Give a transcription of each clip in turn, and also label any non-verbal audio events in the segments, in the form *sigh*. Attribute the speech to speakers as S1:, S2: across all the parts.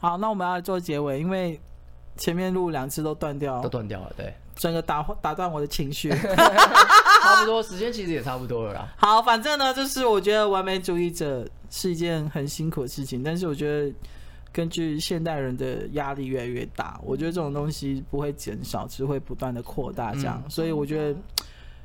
S1: 好，那我们要做结尾，因为前面录两次都断掉
S2: 都，断掉了，对，
S1: 整个打打断我的情绪。啊
S2: 差不多时间其实也差不多了啦。
S1: 好，反正呢，就是我觉得完美主义者是一件很辛苦的事情，但是我觉得根据现代人的压力越来越大，我觉得这种东西不会减少，只会不断的扩大这样，所以我觉得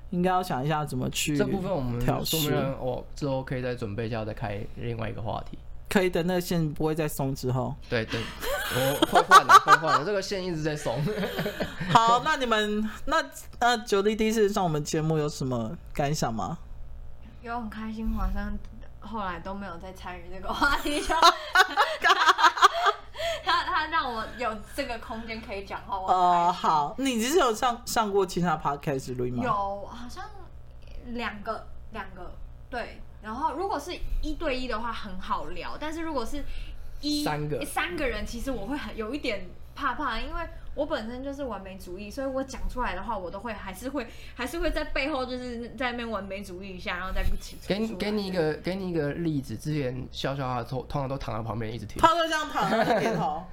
S1: 应该要想一下怎么去
S2: 这部分我们
S1: 挑
S2: 说不
S1: 事
S2: 定我之后可以再准备一下，再开另外一个话题。
S1: 可以等那个线不会再松之后。
S2: 对对， *laughs* 我会换的，会换的，这个线一直在
S1: *laughs*
S2: 松。
S1: 好，那你们那那九弟第一次上我们节目有什么感想吗？
S3: 有很开心，好像后来都没有再参与这个话
S2: *laughs*
S3: 题上。他他让我有这个空间可以讲话，我
S2: 哦
S3: 很开心
S1: 呃，，好，你其实有上上过其他 podcast 录音吗？
S3: 有好像两个两个对，然后如果是一对一的话很好聊，但是如果是一
S2: 三个
S3: 三个人，其实我会很有一点怕怕，因为我本身就是完美主义，所以我讲出来的话，我都会还是会还是会在背后就是在那边完美主义一下，然后再起
S2: 给你给你一个给你一个例子，之前笑笑他通通常都躺在旁边一直听，
S1: 他就这样躺在那点
S3: *laughs*
S1: 头，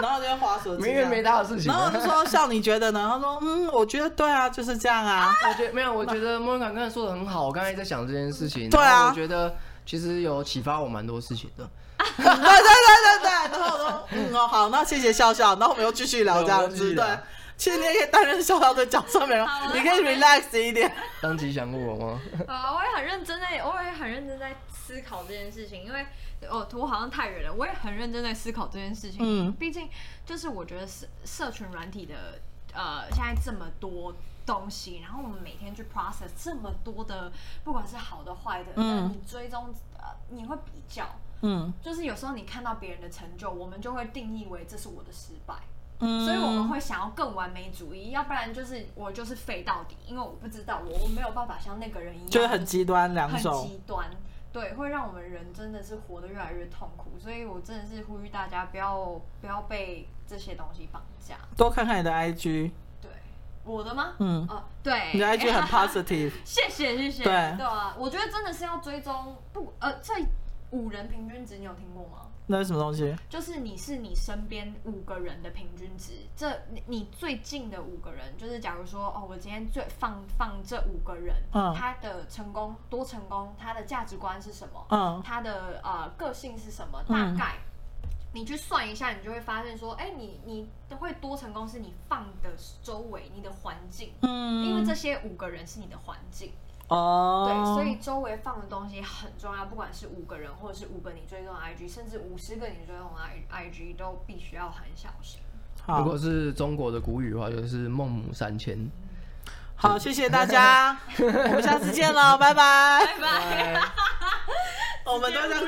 S1: 然后就在划手机、啊，
S2: 没人没他的事情
S1: 然后
S2: 啊。
S1: 我就说：“像你觉得呢？”他说：“嗯，我觉得对啊，就是这样
S3: *laughs*
S1: 啊。
S2: 我觉得没有，我觉得莫文凯刚才说的很好，我刚才在想这件事情，
S1: 对啊
S2: 然后我觉得其实有启发我蛮多事情的。”
S1: 对对对对对。然后我说：“嗯哦，好，那谢谢笑笑。”然后我们又继续聊这样
S2: 对我们继
S1: 子。
S2: 续
S1: 对
S2: 聊，
S1: 其实你也可以担任笑笑的角色，没有？
S3: 好啊
S1: 你可以 relax 一点。
S2: 当吉祥物好吗？
S3: 啊，我也很认真在，我也很认真在思考这件事情，因为哦，我好像太远了，我也很认真在思考这件事情。
S1: 嗯
S3: 毕竟就是我觉得社社群软体的呃，现在这么多东西，然后我们每天去 process 这么多的，不管是好的坏的，
S1: 嗯
S3: 你追踪呃，你会比较，
S1: 嗯
S3: 就是有时候你看到别人的成就，我们就会定义为这是我的失败。
S1: 嗯
S3: 所以我们会想要更完美主义，要不然就是我就是废到底，因为我不知道我我没有办法像那个人一样，
S1: 就是嗯很极端两
S3: 很
S1: 种。
S3: 极端，对，会让我们人真的是活得越来越痛苦。所以我真的是呼吁大家不要不要被这些东西绑架。
S1: 多看看你的 IG，
S3: 对，我的吗？
S1: 嗯，
S3: 哦，对，
S1: 你的 IG 很 positive。
S3: *laughs* 谢谢谢谢，
S1: 对
S3: 啊，我觉得真的是要追踪不呃这五人平均值，你有听过吗？
S1: 那是什么东西？
S3: 就是你是你身边五个人的平均值，这你你最近的五个人，就是假如说哦，我今天最放放这五个人，
S1: 嗯
S3: 他的成功多成功，他的价值观是什么，
S1: 嗯
S3: 他的呃个性是什么，大
S1: 嗯
S3: 概。你去算一下，你就会发现说，哎、你你会多成功是你放的周围，你的环境，
S1: 嗯，
S3: 因为这些五个人是你的环境，
S1: 哦，
S3: 对，所以周围放的东西很重要，不管是五个人，或者是五个你追踪的 IG，甚至五十个你追踪的 I IG，都必须要很小心。
S2: 如
S1: 好
S2: 果是中国的古语的话，就是孟母三迁。
S1: 好，谢谢大家，我们下次见喽，拜拜。
S3: 拜拜。
S1: 我们都这样。